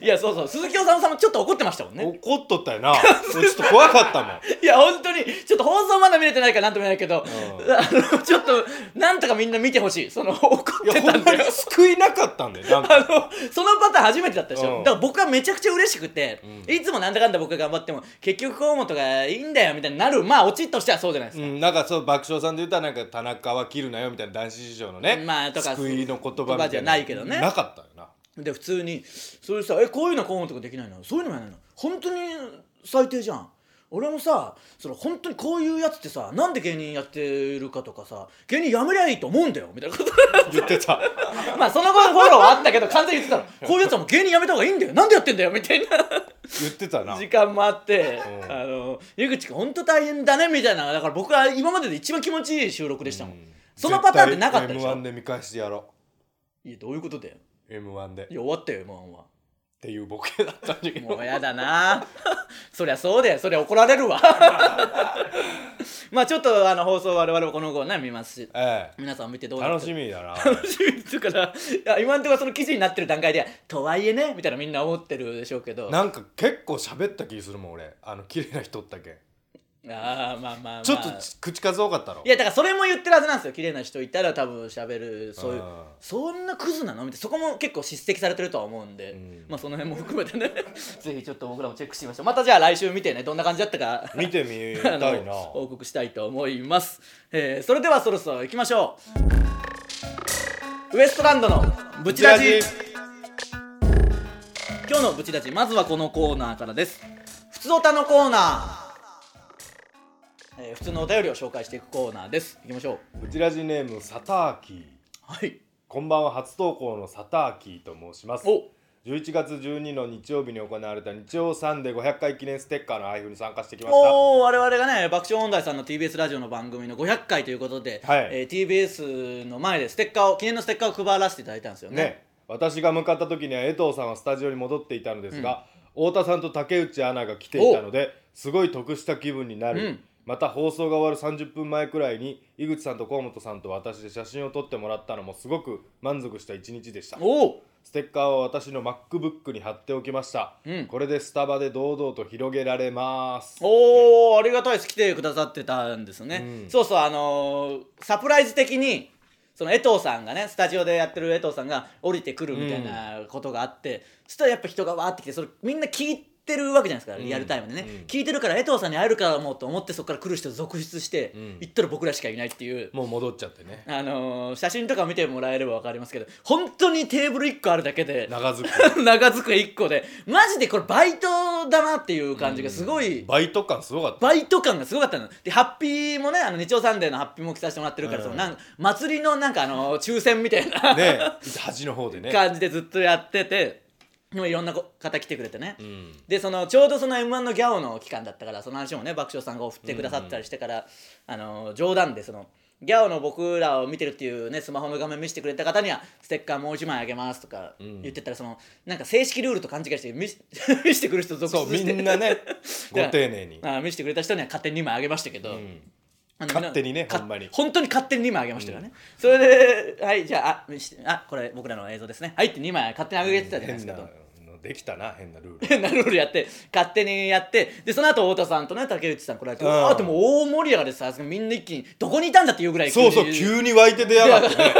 [SPEAKER 1] いやそうそう鈴木おさむさんもちょっと怒ってましたもんね
[SPEAKER 2] 怒っとったよな俺ちょっと怖かったも ん
[SPEAKER 1] いや本当にちょっと放送まだ見れてないからなんとも言えないけど、
[SPEAKER 2] うん
[SPEAKER 1] あのちょっとなんとかみんな見てほしいその怒
[SPEAKER 2] い
[SPEAKER 1] って
[SPEAKER 2] やほ
[SPEAKER 1] たん
[SPEAKER 2] んま
[SPEAKER 1] だ
[SPEAKER 2] に
[SPEAKER 1] よ
[SPEAKER 2] 救いなかったんだよなんか
[SPEAKER 1] あのそのパターン初めてだったでしょ、
[SPEAKER 2] うん
[SPEAKER 1] だから僕はめちゃくちゃ嬉しくて、
[SPEAKER 2] うん
[SPEAKER 1] いつもなんだかんだ僕が頑張っても結局河本がいいんだよみたいになるまあオチとしてはそうじゃないです
[SPEAKER 2] う
[SPEAKER 1] か、
[SPEAKER 2] ん、なんかそう爆笑さんで言ったらなんか田中は切るなよみたいな男子市場のね、
[SPEAKER 1] まあとか
[SPEAKER 2] 救いの言葉みたい
[SPEAKER 1] 言葉じゃないけどね
[SPEAKER 2] なかったよな
[SPEAKER 1] で普通にそれさ「えこういうの河本ができないのそういうのもやらないの本当に最低じゃん」俺もさその本当にこういうやつってさなんで芸人やってるかとかさ芸人やめりゃいいと思うんだよみたいなこと
[SPEAKER 2] 言ってた
[SPEAKER 1] まあその後のフォローはあったけど完全に言ってたのこういうやつはもう芸人やめた方がいいんだよなんでやってんだよみたいな
[SPEAKER 2] 言って たな
[SPEAKER 1] 時間もあって
[SPEAKER 2] うん
[SPEAKER 1] あの湯口君本当大変だねみたいなだから僕は今までで一番気持ちいい収録でしたもん、そのパターンってなかったでしょ
[SPEAKER 2] 絶対 M1 で見返してやろ
[SPEAKER 1] いやどういうことだよ
[SPEAKER 2] m 1でっ
[SPEAKER 1] いや終わったよ m 1は
[SPEAKER 2] ていうボケだったんだけ
[SPEAKER 1] も
[SPEAKER 2] ど
[SPEAKER 1] うやだな そりゃそうだよそりゃ怒られ るわまあちょっとあの放送我々もこの後ね見ますし
[SPEAKER 2] え
[SPEAKER 1] 皆さん見てど
[SPEAKER 2] え
[SPEAKER 1] うなっ
[SPEAKER 2] 楽
[SPEAKER 1] て
[SPEAKER 2] しみだ な
[SPEAKER 1] 楽しみだから いや今んところその記事になってる段階で「とはいえね」みたいなみんな思ってるでしょうけどあ
[SPEAKER 2] なんか結構喋った気するもん俺あの綺麗な人ったけん
[SPEAKER 1] あーまあまあまあ
[SPEAKER 2] ちょっとち口数多かったろ
[SPEAKER 1] いやだからそれも言ってるはずなんですよ綺麗な人いたら多分喋るそういう
[SPEAKER 2] あー
[SPEAKER 1] そんなクズなのみたいなそこも結構叱責されてるとは思うんで、
[SPEAKER 2] ん
[SPEAKER 1] まあその辺も含めてねぜひちょっと僕らもチェックしてみましょうまたじゃあ来週見てねどんな感じだったか
[SPEAKER 2] 見てみ た
[SPEAKER 1] あ
[SPEAKER 2] いな
[SPEAKER 1] の報告したいと思います、えーそれではそろそろ行きましょうウエストランドのブチラジ今日のブチラジまずはこのコーナーからです普通おたのコーナー、えー普通のお便りを紹介していくコーナーです行きましょう
[SPEAKER 2] ブチラジネームサターキー
[SPEAKER 1] はい
[SPEAKER 2] こんばんは初投稿のサターキーと申します
[SPEAKER 1] お
[SPEAKER 2] 11月12の日曜日に行われた日曜サンデー500回記念ステッカーの配布に参加してきました
[SPEAKER 1] おー我々がね爆笑問題さんの TBS ラジオの番組の500回ということで、
[SPEAKER 2] はい
[SPEAKER 1] えー TBS の前でステッカーを記念のステッカーを配らせていただいたんですよね
[SPEAKER 2] ね私が向かった時には江藤さんはスタジオに戻っていたのですが、太田さんと竹内アナが来ていたのですごい得した気分になる、
[SPEAKER 1] うん
[SPEAKER 2] また放送が終わる30分前くらいに井口さんと河本さんと私で写真を撮ってもらったのもすごく満足した一日でした
[SPEAKER 1] おお
[SPEAKER 2] ステッカーは私の MacBook に貼っておきました、
[SPEAKER 1] うん
[SPEAKER 2] これでスタバで堂々と広げられます
[SPEAKER 1] おーありがたいです来てくださってたんですね、
[SPEAKER 2] うん
[SPEAKER 1] そうそうあのーサプライズ的にその江藤さんがねスタジオでやってる江藤さんが降りてくるみたいなことがあって、そしたらやっぱ人がわーってきてそれみんな聞いてるわけじゃないですかリアルタイムでね、
[SPEAKER 2] うん
[SPEAKER 1] 聞いてるから江藤さんに会えるかもと思ってそこから来る人続出して、
[SPEAKER 2] うん
[SPEAKER 1] 行ったら僕らしかいないっていう
[SPEAKER 2] もう戻っちゃってね
[SPEAKER 1] あのー写真とか見てもらえれば分かりますけど本当にテーブル1個あるだけで
[SPEAKER 2] 長ず く
[SPEAKER 1] 長机1個でマジでこれバイトだなっていう感じがすごい、
[SPEAKER 2] バイト感すごかった
[SPEAKER 1] バイト感がすごかったのでハッピーもねあの日曜サンデーのハッピーも着させてもらってるから、
[SPEAKER 2] うん
[SPEAKER 1] そのなん祭りのなんかあの抽選みたいな、
[SPEAKER 2] ね 端の方でね
[SPEAKER 1] 感じでずっとやっててでもいろんなこ方来てくれてね、
[SPEAKER 2] うん
[SPEAKER 1] でそのちょうどその m 1のギャオの期間だったからその話もね爆笑さんが送ってくださったりしてから、あの冗談でそのギャオの僕らを見てるっていうねスマホの画面見せてくれた方にはステッカーもう一枚あげますとか
[SPEAKER 2] ん
[SPEAKER 1] 言ってたらそのなんか正式ルールと勘違いして見せ 見せてくる人続
[SPEAKER 2] そう
[SPEAKER 1] 出
[SPEAKER 2] み
[SPEAKER 1] して
[SPEAKER 2] んなねご丁寧に、
[SPEAKER 1] あ見せてくれた人には勝手に2枚あげましたけど、
[SPEAKER 2] うん
[SPEAKER 1] あの
[SPEAKER 2] 勝手にね
[SPEAKER 1] か
[SPEAKER 2] ほんまに
[SPEAKER 1] 本当に勝手に2枚あげましたからね、それではいじゃああ見してあこれ僕らの映像ですねはいって2枚勝手にあげてたじゃないです
[SPEAKER 2] 変
[SPEAKER 1] か
[SPEAKER 2] な
[SPEAKER 1] と
[SPEAKER 2] のできたな変なルール
[SPEAKER 1] 変なルールやって勝手にやってでその後太田さんとね竹内さん来られて、
[SPEAKER 2] うん
[SPEAKER 1] あってもう大盛り上がりでさみんな一気にどこにいたんだっていうぐらい
[SPEAKER 2] そうそう
[SPEAKER 1] 急に
[SPEAKER 2] 急に湧いて出やがってね、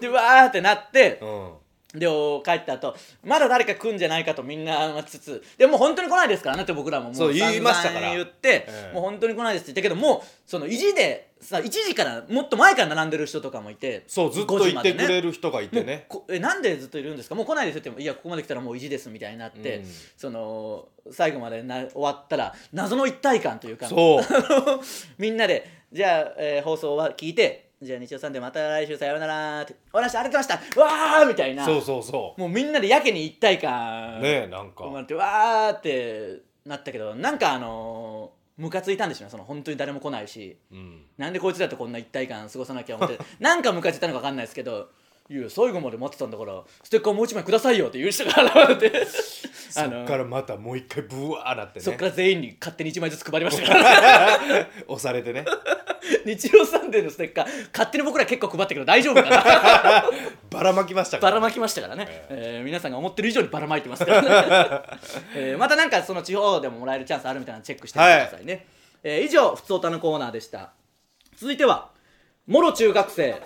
[SPEAKER 1] でわーってなって、
[SPEAKER 2] うん、
[SPEAKER 1] でお帰った後まだ誰か来んじゃないかとみんな待ちつつでもう本当に来ないですからねって僕らもも
[SPEAKER 2] そう言いましたから
[SPEAKER 1] 散々言って、
[SPEAKER 2] ええ
[SPEAKER 1] もう本当に来ないですって言ったけどもうその意地でさ1時からもっと前から並んでる人とかもいて
[SPEAKER 2] そうずっ
[SPEAKER 1] 5
[SPEAKER 2] と
[SPEAKER 1] 時
[SPEAKER 2] 言
[SPEAKER 1] ま
[SPEAKER 2] っ
[SPEAKER 1] で
[SPEAKER 2] てくれる人がいてね
[SPEAKER 1] こえなんでずっといるんですかもう来ないですよって言ってもいやここまで来たらもう意地ですみたいになって、
[SPEAKER 2] うん
[SPEAKER 1] その最後までな終わったら謎の一体感というか
[SPEAKER 2] そう
[SPEAKER 1] みんなでじゃあ、えー放送は聞いてじゃあ日曜さんでまた来週さようならってお話ありがとうございましたわーみたいな
[SPEAKER 2] そうそうそ
[SPEAKER 1] もうみんなでやけに一体感
[SPEAKER 2] うねえなんか
[SPEAKER 1] 生まれてわーってなったけどなんかあのームカついたんでしょうねその本当に誰も来ないし
[SPEAKER 2] うん
[SPEAKER 1] なんでこいつだってこんな一体感過ごさなきゃ思って なんかムカついたのか分かんないですけどいや最後まで待ってたんだからステッカーもう一枚くださいよっていう人が現れて
[SPEAKER 2] そっか
[SPEAKER 1] あの
[SPEAKER 2] らまたもう一回ブワーなって
[SPEAKER 1] そっ
[SPEAKER 2] ね
[SPEAKER 1] から全員に勝手に1枚ずつ配りましたから
[SPEAKER 2] 押されてね
[SPEAKER 1] 日曜サンデーのステッカー勝手に僕ら結構配ったけど大丈夫かな
[SPEAKER 2] ばらまきました
[SPEAKER 1] ば
[SPEAKER 2] からら
[SPEAKER 1] まきましたからね、えー皆さんが思ってる以上にばらまいてます からね、えーまたなんかその地方でももらえるチャンスあるみたいなのチェックしてみてくださいね、えー以上ふつおたのコーナーでした続いてはもろ中学生、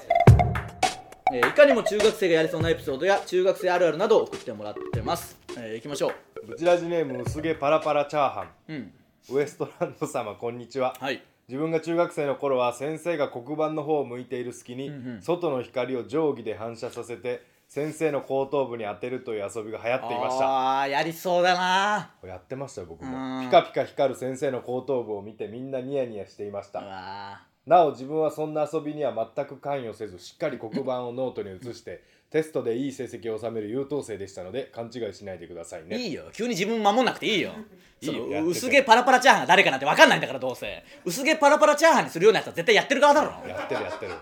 [SPEAKER 1] えーいかにも中学生がやりそうなエピソードや中学生あるあるなどを送ってもらってます、えー、いきましょ
[SPEAKER 2] ブチラジネーム薄毛パラパラチャーハン
[SPEAKER 1] ううん
[SPEAKER 2] ウエストランド様こんにちは
[SPEAKER 1] はい
[SPEAKER 2] 自分が中学生の頃は先生が黒板の方を向いている隙に、
[SPEAKER 1] うんうん
[SPEAKER 2] 外の光を定規で反射させて先生の後頭部に当てるという遊びが流行っていました
[SPEAKER 1] あーやりそうだな
[SPEAKER 2] やってましたよ僕
[SPEAKER 1] う
[SPEAKER 2] も
[SPEAKER 1] ん
[SPEAKER 2] ピカピカ光る先生の後頭部を見てみんなニヤニヤしていまし
[SPEAKER 1] う
[SPEAKER 2] た
[SPEAKER 1] わ
[SPEAKER 2] なお自分はそんな遊びには全く関与せずしっかり黒板をノートに移してテストでいい成績を収める優等生でしたので勘違いしないでくださいね
[SPEAKER 1] いいよ急に自分守んなくていいよ
[SPEAKER 2] いい
[SPEAKER 1] そ
[SPEAKER 2] よ
[SPEAKER 1] の
[SPEAKER 2] やってて
[SPEAKER 1] 薄毛パラパラチャーハンが誰かなんて分かんないんだからどうせ薄毛パラパラチャーハンにするようなやつは絶対やってる側だろ
[SPEAKER 2] やってるやってる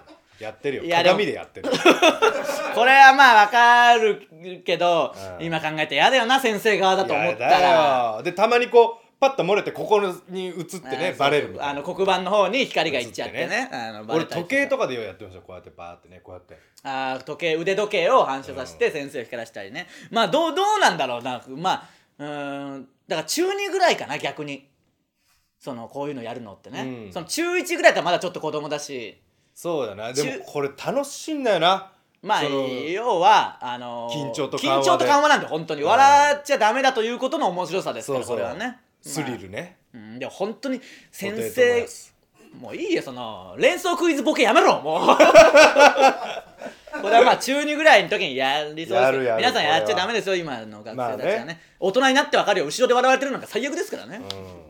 [SPEAKER 2] やってるよ
[SPEAKER 1] いやでも
[SPEAKER 2] 鏡でやってる
[SPEAKER 1] これはまあわかるけど、
[SPEAKER 2] うん
[SPEAKER 1] 今考えて嫌だよな先生側だと思った
[SPEAKER 2] い
[SPEAKER 1] ら。
[SPEAKER 2] やだよでたまにこうパッと漏れてここに映って
[SPEAKER 1] あ
[SPEAKER 2] ね
[SPEAKER 1] ー
[SPEAKER 2] バレるみた
[SPEAKER 1] あ
[SPEAKER 2] い
[SPEAKER 1] の
[SPEAKER 2] な
[SPEAKER 1] 黒板の方に光がいっちゃってね
[SPEAKER 2] 映ってね
[SPEAKER 1] あのバレ
[SPEAKER 2] 俺
[SPEAKER 1] たり
[SPEAKER 2] 時
[SPEAKER 1] と
[SPEAKER 2] 計とかでようやってましたよこうやってバーってねこうやって
[SPEAKER 1] あー時計腕時計を反射させて先生を光らしたりね、まあどうどうなんだろうなまあうーんだから中2ぐらいかな逆にそのこういうのやるのってね、
[SPEAKER 2] うん
[SPEAKER 1] その中1ぐらいだったらまだちょっと子供だし
[SPEAKER 2] そうだなで
[SPEAKER 1] 中
[SPEAKER 2] もこれ楽しいんだよな
[SPEAKER 1] まあ
[SPEAKER 2] その
[SPEAKER 1] 要はあのー
[SPEAKER 2] 緊張と緩和で
[SPEAKER 1] 緊張と緩和なんで本当に
[SPEAKER 2] うん
[SPEAKER 1] 笑っちゃダメだということの面白さですから
[SPEAKER 2] そう
[SPEAKER 1] こ
[SPEAKER 2] そう
[SPEAKER 1] れはね
[SPEAKER 2] スリ
[SPEAKER 1] ま
[SPEAKER 2] ルね
[SPEAKER 1] あうん、でも本当に先
[SPEAKER 2] 布袋寅
[SPEAKER 1] 生
[SPEAKER 2] 泰
[SPEAKER 1] もういいよその連想クイズボケやめろも うこれはまあ中2ぐらいの時にやりそうですけど
[SPEAKER 2] やるやる
[SPEAKER 1] 皆さん
[SPEAKER 2] これは
[SPEAKER 1] やっちゃダメですよ今の学生たちはね,、
[SPEAKER 2] まあね
[SPEAKER 1] 大人になってわかるよ後ろで笑われてるのが最悪ですからね、
[SPEAKER 2] うん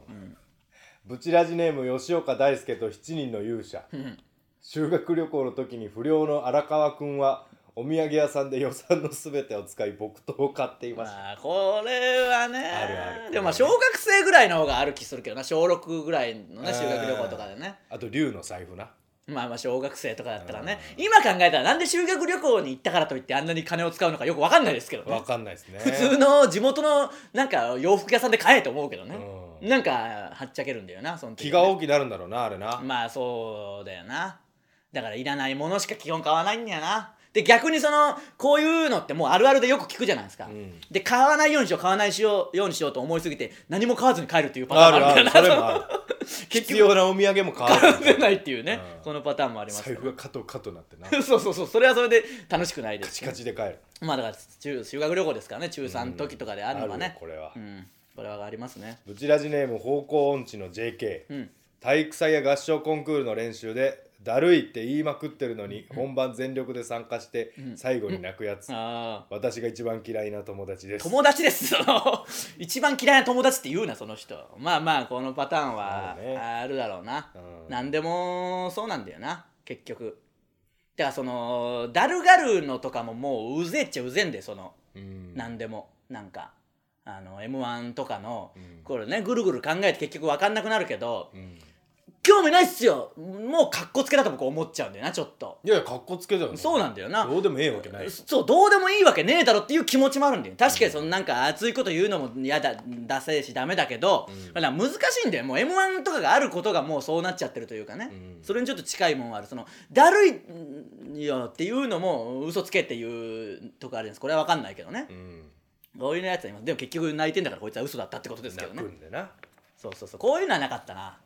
[SPEAKER 2] ブチラジネーム吉岡大輔と7人の勇者
[SPEAKER 1] ん
[SPEAKER 2] 修学旅行の時に不良の荒川くんはお土産屋さんで予算の全てを使い木刀を買っていました、
[SPEAKER 1] まあこれはね
[SPEAKER 2] あるある
[SPEAKER 1] でもまあ小学生ぐらいの方がある気するけどな小6ぐらいのね
[SPEAKER 2] うん
[SPEAKER 1] 修学旅行とかでね
[SPEAKER 2] あと竜の財布な
[SPEAKER 1] まあまあ小学生とかだったらね今考えたらなんで修学旅行に行ったからといってあんなに金を使うのかよくわかんないですけどね
[SPEAKER 2] わかんないですね
[SPEAKER 1] 普通の地元のなんか洋服屋さんで買えと思うけどね、
[SPEAKER 2] うん
[SPEAKER 1] なんかはっちゃけるんだよなその時
[SPEAKER 2] 気
[SPEAKER 1] は
[SPEAKER 2] が
[SPEAKER 1] ね
[SPEAKER 2] 大きくなるんだろうなあれな、
[SPEAKER 1] まあそうだよなだからいらないものしか基本買わないんだよなで逆にそのこういうのってもうあるあるでよく聞くじゃないですか、
[SPEAKER 2] ん
[SPEAKER 1] で買わないようにしよう買わないしようようにしようと思いすぎて何も買わずに帰るっていうパターンもあるんだ
[SPEAKER 2] そ
[SPEAKER 1] よ
[SPEAKER 2] れ
[SPEAKER 1] な
[SPEAKER 2] もある
[SPEAKER 1] 結
[SPEAKER 2] 必
[SPEAKER 1] 局
[SPEAKER 2] 要なお土産も買 わ
[SPEAKER 1] 買わ
[SPEAKER 2] ない
[SPEAKER 1] せないっていうね、
[SPEAKER 2] うん
[SPEAKER 1] このパターンもあります
[SPEAKER 2] 財
[SPEAKER 1] けど
[SPEAKER 2] 布がカトカトなって な
[SPEAKER 1] そうそうそうそれはそれで楽しくないで
[SPEAKER 2] カ
[SPEAKER 1] す
[SPEAKER 2] チ
[SPEAKER 1] ね、
[SPEAKER 2] カチで 帰る
[SPEAKER 1] まあだから中修学旅行ですからね中3の時とかであるのが
[SPEAKER 2] ある
[SPEAKER 1] ね
[SPEAKER 2] よこれは、
[SPEAKER 1] うん、これはありますね
[SPEAKER 2] ブチラジネーム方向音痴の JK、
[SPEAKER 1] うん
[SPEAKER 2] 体育祭や合唱コンクールの練習でだるいって言いまくってるのに本番全力で参加して最後に泣くやつ、
[SPEAKER 1] ああ
[SPEAKER 2] 私が一番嫌いな友達です
[SPEAKER 1] 友達です その一番嫌いな友達って言うなその人まあまあこのパターンは
[SPEAKER 2] そうね
[SPEAKER 1] あるだろうな、
[SPEAKER 2] うん
[SPEAKER 1] 何でもそうなんだよな結局だからそのダルガルのとかももううぜっちゃうぜんでその
[SPEAKER 2] うん
[SPEAKER 1] 何でもなんかあの m 1とかの、
[SPEAKER 2] ん
[SPEAKER 1] これねぐるぐる考えて結局分かんなくなるけど、
[SPEAKER 2] うん
[SPEAKER 1] 興味ないっすよもうかっこつけだと僕思っちゃうんだよなちょっと
[SPEAKER 2] いやいやかっこつけじゃん
[SPEAKER 1] そうなんだよな
[SPEAKER 2] どうでもええわけない
[SPEAKER 1] そうどうでもいいわけねえだろっていう気持ちもあるんだよ確かにそのなんか熱いこと言うのも嫌だダセえしダメだけど、
[SPEAKER 2] うん
[SPEAKER 1] まあなんか難しいんだよもう m 1とかがあることがもうそうなっちゃってるというかね、
[SPEAKER 2] うん
[SPEAKER 1] それにちょっと近いもんはあるそのだるいよっていうのも嘘つけっていうとこあるんですこれは分かんないけどね
[SPEAKER 2] う、ん
[SPEAKER 1] こういうやつはいますでも結局泣いてんだからこいつは嘘だったってことですけ
[SPEAKER 2] 泣
[SPEAKER 1] どね
[SPEAKER 2] くんでな
[SPEAKER 1] そうそうそうこういうのはなかったな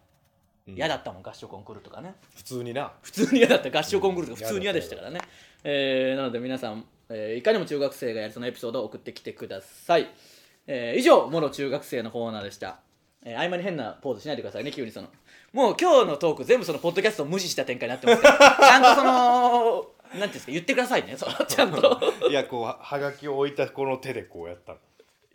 [SPEAKER 2] うん
[SPEAKER 1] 嫌、だったもん合唱コンクールとかね
[SPEAKER 2] 普通にな
[SPEAKER 1] 普通に嫌だった合唱コンクールとか普通に嫌でしたからね、えーなので皆さん、えーいかにも中学生がやりそうなエピソードを送ってきてください、えー以上もろ中学生のコーナーでした、えー合間に変なポーズしないでくださいね急にそのもう今日のトーク全部そのポッドキャストを無視した展開にな ってますからちゃんとそのなんていうんですか言ってくださいねそのちゃんと
[SPEAKER 2] いやこうははがきを置いたこの手でこうやったの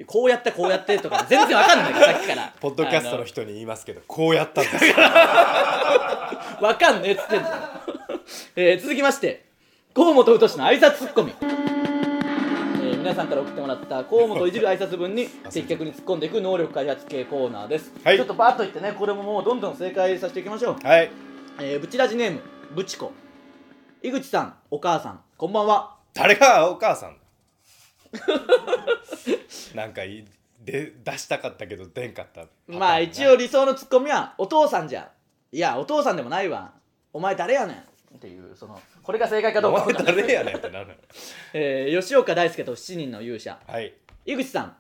[SPEAKER 1] こうやってこうやってとか全然わかんないからさっきから
[SPEAKER 2] ポッドキャストの人に言いますけどこうやったんです
[SPEAKER 1] わかんねえっつってんだよ、 えー続きまして河本太の挨拶ツッコミ、えー皆さんから送ってもらった河本をいじる挨拶 文に的確に突っ込んでいく能力開発系コーナーです、
[SPEAKER 2] はい
[SPEAKER 1] ちょっとバーッといってねこれももうどんどん正解させていきましょう、
[SPEAKER 2] はい
[SPEAKER 1] えー、ブチラジネームブチコ井口さんお母さんこんばんは
[SPEAKER 2] 誰がお母さんだなんかいで出したかったけど出んかった
[SPEAKER 1] まあ一応理想のツッコミはお父さんじゃいやお父さんでもないわお前誰やねんっていうそのこれが正解かど
[SPEAKER 2] お
[SPEAKER 1] うか
[SPEAKER 2] 前誰やねんってなるのよ
[SPEAKER 1] えー吉岡大輔と7人の勇者
[SPEAKER 2] はい
[SPEAKER 1] 井口さん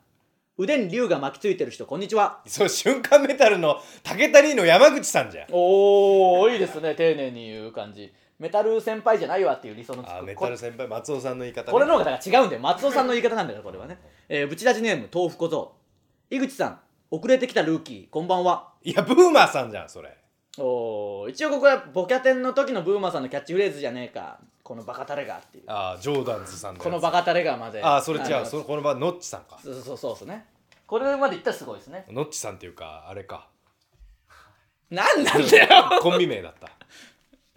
[SPEAKER 1] 腕に竜が巻きついてる人こんにちは
[SPEAKER 2] そう瞬間メタルの竹谷の山口さんじゃん
[SPEAKER 1] おーいいですね丁寧に言う感じメタル先輩じゃないわっていう理想の
[SPEAKER 2] あーメ
[SPEAKER 1] こ
[SPEAKER 2] タル先輩松尾さんの言い方、ね、
[SPEAKER 1] これの方がだから違うんだよ松尾さんの言い方なんだからこれはね、えー、ブチラジネーム豆腐小僧井口さん遅れてきたルーキーこんばんはい
[SPEAKER 2] やブーマーさんじゃんそれ
[SPEAKER 1] おー一応ここはボキャテンの時のブーマーさんのキャッチフレーズじゃねえかこのバカタレがっていう
[SPEAKER 2] あージョーダンズさんのやつ
[SPEAKER 1] このバカタレがまで
[SPEAKER 2] あーそれ違
[SPEAKER 1] の
[SPEAKER 2] うそこの場ノッチさんか
[SPEAKER 1] そうそうそうですねこれまでいったらすごいですね
[SPEAKER 2] ノッチさんっていうかあれか
[SPEAKER 1] なんなんだよ
[SPEAKER 2] コンビ名だった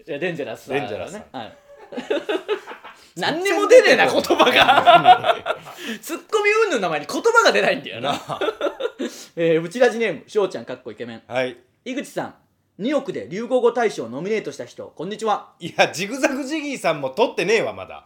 [SPEAKER 1] いやデンジャラス
[SPEAKER 2] デンジャラスさん
[SPEAKER 1] はい、何にも出ねえな言葉がツッコミ云々の名前に言葉が出 ないんだよな
[SPEAKER 2] なあ
[SPEAKER 1] えー、うちらじネームしょうちゃんかっこイケメン
[SPEAKER 2] はい
[SPEAKER 1] 井口さん2億で流行語大賞をノミネートした人こんにちはい
[SPEAKER 2] やジグザグジギーさんも取ってねえわまだ、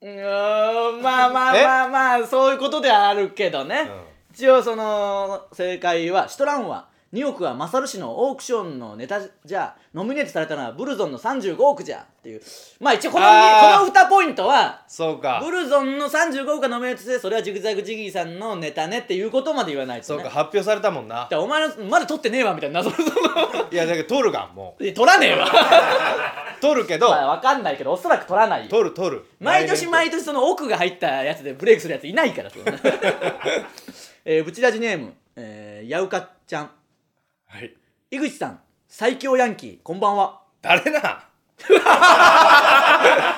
[SPEAKER 1] うーんまあまあまあまあそういうことではあるけどね、
[SPEAKER 2] う
[SPEAKER 1] 一応その正解はシトランは2億は勝氏のオークションのネタじゃノミネートされたのはブルゾンの35億じゃっていうまあ一応この
[SPEAKER 2] あー
[SPEAKER 1] この2ポイントは
[SPEAKER 2] ん、そうか
[SPEAKER 1] ブルゾンの35億がノミネートしてそれはジグザグジギーさんのネタねっていうことまで言わないと、
[SPEAKER 2] そう
[SPEAKER 1] ね、
[SPEAKER 2] か発表されたもんな
[SPEAKER 1] だからお前のまだ取ってねえわみたいな謎の
[SPEAKER 2] いやだけど取るがんも
[SPEAKER 1] 取らねえわ
[SPEAKER 2] う取るけど
[SPEAKER 1] まあ分かんないけどおそらく取らないよ
[SPEAKER 2] 取る取る
[SPEAKER 1] 毎年毎
[SPEAKER 2] 年
[SPEAKER 1] 年その奥が入ったやつでブレイクするやついない からそのえーブチラジネーム、えー、ヤウカちゃん
[SPEAKER 2] はい
[SPEAKER 1] 井口さん最強ヤンキーこんばんは
[SPEAKER 2] 誰な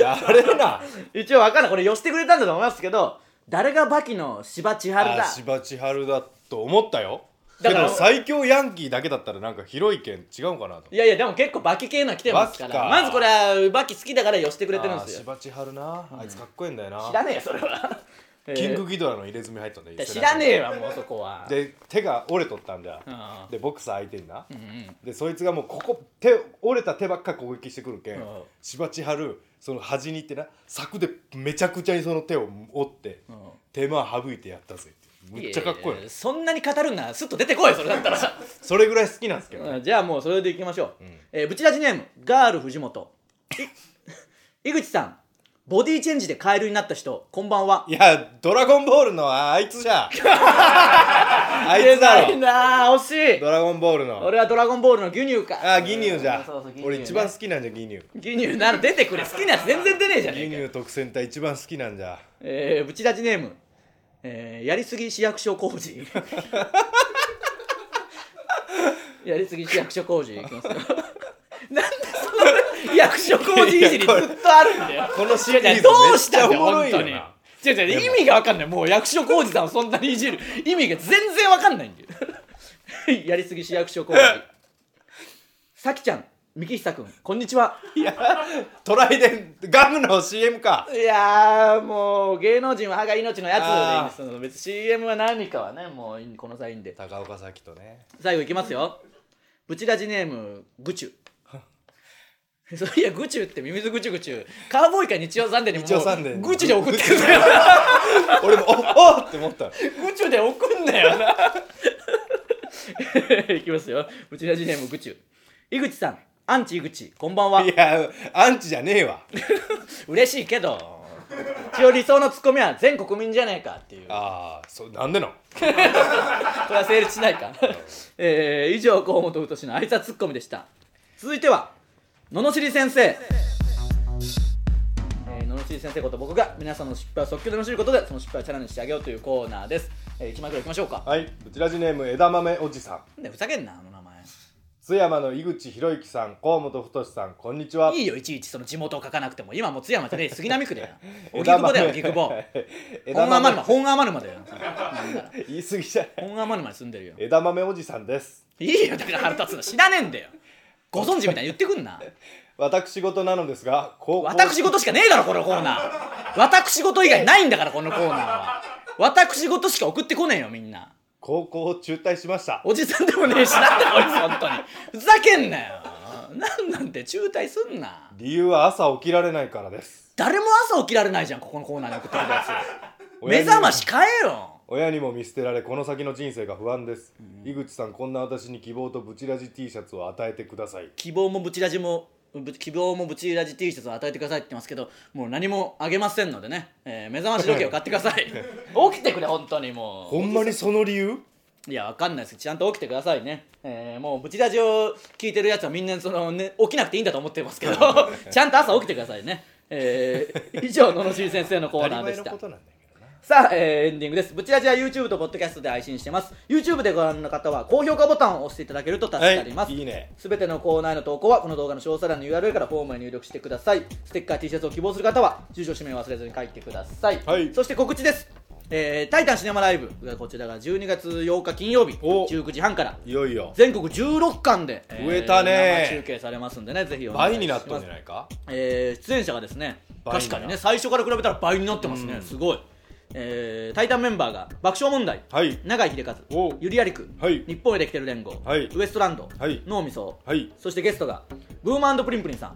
[SPEAKER 2] 誰な
[SPEAKER 1] 一応わかんないこれ寄せてくれたんだと思いますけど誰がバキの芝千春
[SPEAKER 2] あ
[SPEAKER 1] だ
[SPEAKER 2] 芝千春だと思ったよ
[SPEAKER 1] だ
[SPEAKER 2] だ
[SPEAKER 1] から
[SPEAKER 2] から最強ヤンキーだけだったらなんか広い県違うかなと
[SPEAKER 1] いやいやでも結構バキ系のは来てますから
[SPEAKER 2] バキか
[SPEAKER 1] まずこれはバキ好きだから寄せてく
[SPEAKER 2] く
[SPEAKER 1] れてるんですよ
[SPEAKER 2] 芝千春なあいつかっこいいんだよな、
[SPEAKER 1] 知らねえよそれは
[SPEAKER 2] キングギドラの入れ墨入ったんだよ
[SPEAKER 1] えー知らねえわもうそこは
[SPEAKER 2] で手が折れとったんだ
[SPEAKER 1] うんうん
[SPEAKER 2] でボクサー相手にな、
[SPEAKER 1] うん
[SPEAKER 2] でそいつがもうここ手折れた手ばっか攻撃してくるけん、
[SPEAKER 1] うん
[SPEAKER 2] 芝千春その端に行ってな柵でめちゃくちゃにその手を折って、
[SPEAKER 1] うん
[SPEAKER 2] 手間省いてやったぜってむっちゃかっこいい
[SPEAKER 1] ややそんなに語るんならスッと出てこいそれだったら
[SPEAKER 2] それぐらい好きなんですけど、ね
[SPEAKER 1] うんじゃあもうそれでいきましょう、
[SPEAKER 2] ん
[SPEAKER 1] えーブチラジネームガール藤本い 井口さんボディチェンジでカエルになった人こんばんはい
[SPEAKER 2] や「ドラゴンボール」のああいつ じゃんあいつ
[SPEAKER 1] 出
[SPEAKER 2] だ
[SPEAKER 1] ない
[SPEAKER 2] ろ
[SPEAKER 1] なあ惜しい
[SPEAKER 2] ドラゴンボールの
[SPEAKER 1] 俺はドラゴンボールの牛乳か
[SPEAKER 2] ああ義乳じゃん、
[SPEAKER 1] そうそう牛乳ね
[SPEAKER 2] 俺一番好きなんじゃ牛乳
[SPEAKER 1] 牛乳なの出てくれ好きなやつ全然出ねえじゃねえ
[SPEAKER 2] 牛
[SPEAKER 1] かよ
[SPEAKER 2] 乳特選隊一番好きなんじゃ
[SPEAKER 1] えー、ブチラジネーム、えー、やりすぎ市役所工 事やりすぎ市役所工事いきますよなんでその役所工事いじりずっとあるんだよ
[SPEAKER 2] このシ
[SPEAKER 1] い
[SPEAKER 2] リー
[SPEAKER 1] やいや
[SPEAKER 2] ズめっ
[SPEAKER 1] どうし
[SPEAKER 2] ち
[SPEAKER 1] たん
[SPEAKER 2] ゃお
[SPEAKER 1] だよ
[SPEAKER 2] もろ
[SPEAKER 1] 本
[SPEAKER 2] い
[SPEAKER 1] 当
[SPEAKER 2] よ
[SPEAKER 1] に
[SPEAKER 2] な
[SPEAKER 1] 違う違う意味が分かんないもう役所工事さんをそんなにいじる意味が全然分かんないんだよ やりすぎ市役所工事さきちゃん三木久君こんにちはい
[SPEAKER 2] やトライデンガムの CM か
[SPEAKER 1] いやーもう芸能人は歯が命のやつでいいん
[SPEAKER 2] あー
[SPEAKER 1] ですその別に CM は何かはねもういいこの際いいんで
[SPEAKER 2] 高岡早紀とね
[SPEAKER 1] 最後いきますよブチラジネームグチュ そういやグチュってミミズグチュグチュカーボーイか日曜サンデーにも
[SPEAKER 2] 日曜サンデーに
[SPEAKER 1] グチュで送ってくんだよ
[SPEAKER 2] 俺もおおって思った
[SPEAKER 1] グチュで送んなよな いきますよブチラジネームグチュ井口さんアンチ井口こんばんはい
[SPEAKER 2] やアンチじゃねえわ
[SPEAKER 1] 嬉しいけど一応理想のツッコミは全国民じゃねえかっていう
[SPEAKER 2] ああそうなんでの
[SPEAKER 1] これは成立しない か、えー、以上河本太の挨拶ツッコミでした続いては罵り先生えー罵り先生こと僕が皆さんの失敗を即興で罵ることでその失敗をチャレンジしてあげようというコーナーです、えー、1枚くらいいきましょうか
[SPEAKER 2] はいブチラジネーム枝豆おじさん
[SPEAKER 1] ねふざけんなあの名前
[SPEAKER 2] 津山の井口博之さん河本太さんこんにちはい
[SPEAKER 1] いよいちいちその地元を書かなくても今もう津山じゃねえ杉並区だ よ荻窪だよ荻窪
[SPEAKER 2] 枝
[SPEAKER 1] 本阿マ
[SPEAKER 2] 豆
[SPEAKER 1] 沼本阿マ沼だよ
[SPEAKER 2] 言い過ぎじゃない
[SPEAKER 1] 本阿マ沼に住んでるよ
[SPEAKER 2] 枝豆おじさんです
[SPEAKER 1] いいよだから腹立つの知らねえんだよご存知みたいに言ってくんな
[SPEAKER 2] 私事なのですが高校
[SPEAKER 1] 私事しかねえだろこのコーナー私事以外ないんだからこのコーナーは私事しか送ってこねえよみんな
[SPEAKER 2] 高校を中退しました
[SPEAKER 1] おじさんでもねえしなんだこいつ本当にふざけんなよなんなんて中退すんな
[SPEAKER 2] 理由は朝起きられないからです
[SPEAKER 1] 誰も朝起きられないじゃんここのコーナーに送ってくるやつ
[SPEAKER 2] 親
[SPEAKER 1] 目
[SPEAKER 2] に
[SPEAKER 1] 覚まし変えよ
[SPEAKER 2] 親にも見捨てられこの先の人生が不安です、井口さんこんな私に希望とブチラジ T シャツを与えてください
[SPEAKER 1] 希望もブチラジもぶ希望もブチラジ T シャツを与えてくださいって言ってますけどもう何もあげませんのでね、えー目覚まし時計を買ってください 起きてくれ本当にもう
[SPEAKER 2] ほんまにその理由
[SPEAKER 1] いや、わかんないですけど、ちゃんと起きてくださいね。えーもう、ブチラジオ聞いてるやつはみんな、その、ね、起きなくていいんだと思って ますけど、ちゃんと朝起きてくださいね。え ー以上、野々尻先生のコーナーでし
[SPEAKER 2] 当たり前の
[SPEAKER 1] た
[SPEAKER 2] こ。となんだけどな
[SPEAKER 1] さあ、えーエンディングです。ブチラジは YouTube と Podcast で配信してます。YouTube でご覧の方は、高評価ボタンを押していただけると助かります。
[SPEAKER 2] はいいいね
[SPEAKER 1] すべてのコーナーへの投稿はこの動画の詳細欄の URL からフォームへ入力してくださいステッカー T シャツを希望する方は住所氏名を忘れずに書いてください、
[SPEAKER 2] はい
[SPEAKER 1] そして告知ですえータイタンシネマライブがこちらが12月8日金曜日
[SPEAKER 2] お
[SPEAKER 1] 19時半から
[SPEAKER 2] いよいよ
[SPEAKER 1] 全国16巻で、
[SPEAKER 2] 増えたね
[SPEAKER 1] 生中継されますんでねぜひお願いし
[SPEAKER 2] 倍
[SPEAKER 1] ます
[SPEAKER 2] になったんじゃないか
[SPEAKER 1] えー出演者がですね
[SPEAKER 2] 倍
[SPEAKER 1] 確
[SPEAKER 2] にな
[SPEAKER 1] かにね最初から比べたら倍になってますね、
[SPEAKER 2] うん
[SPEAKER 1] すごいえー、タイタンメンバーが爆笑問題
[SPEAKER 2] はい
[SPEAKER 1] 永井秀和
[SPEAKER 2] お
[SPEAKER 1] ゆりやりく
[SPEAKER 2] はい
[SPEAKER 1] 日本へできてる連合、
[SPEAKER 2] はい
[SPEAKER 1] ウエストランド、
[SPEAKER 2] はい
[SPEAKER 1] 脳みそ
[SPEAKER 2] はい
[SPEAKER 1] そしてゲストがブーマンプリンプリンさ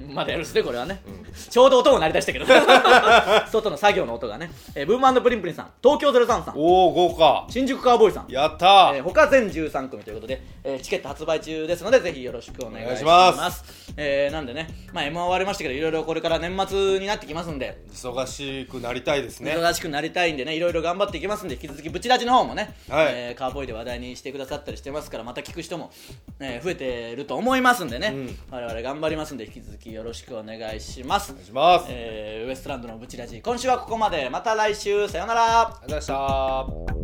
[SPEAKER 1] んまだやるっすねこれはね、
[SPEAKER 2] ん
[SPEAKER 1] ちょうど音が鳴り出したけど 外の作業の音がね、えーブーマンプリンプリンさん東京03さん
[SPEAKER 2] おお豪華
[SPEAKER 1] 新宿カーボーイさん
[SPEAKER 2] やった
[SPEAKER 1] えー
[SPEAKER 2] ー
[SPEAKER 1] 他全13組ということで、えーチケット発売中ですのでぜひよろしくお願いします
[SPEAKER 2] お願いしま
[SPEAKER 1] えーなんでね、まあ、M は終わりましたけどいろいろこれから年末になってきますんで
[SPEAKER 2] 忙しくなりたいですね
[SPEAKER 1] 忙しくなりたいんでねいろいろ頑張っていきますんで引き続きブチラジの方もね、
[SPEAKER 2] はい
[SPEAKER 1] えーカーボーイで話題にしてくださったりしてますからまた聞く人も、えー増えてると思いますんでね、
[SPEAKER 2] うん
[SPEAKER 1] 我々頑張りますんで引き続きよろしくお願いします
[SPEAKER 2] お願いします、
[SPEAKER 1] えーウエストランドのブチラジ今週はここまでまた来週さようなら
[SPEAKER 2] ありがとうございました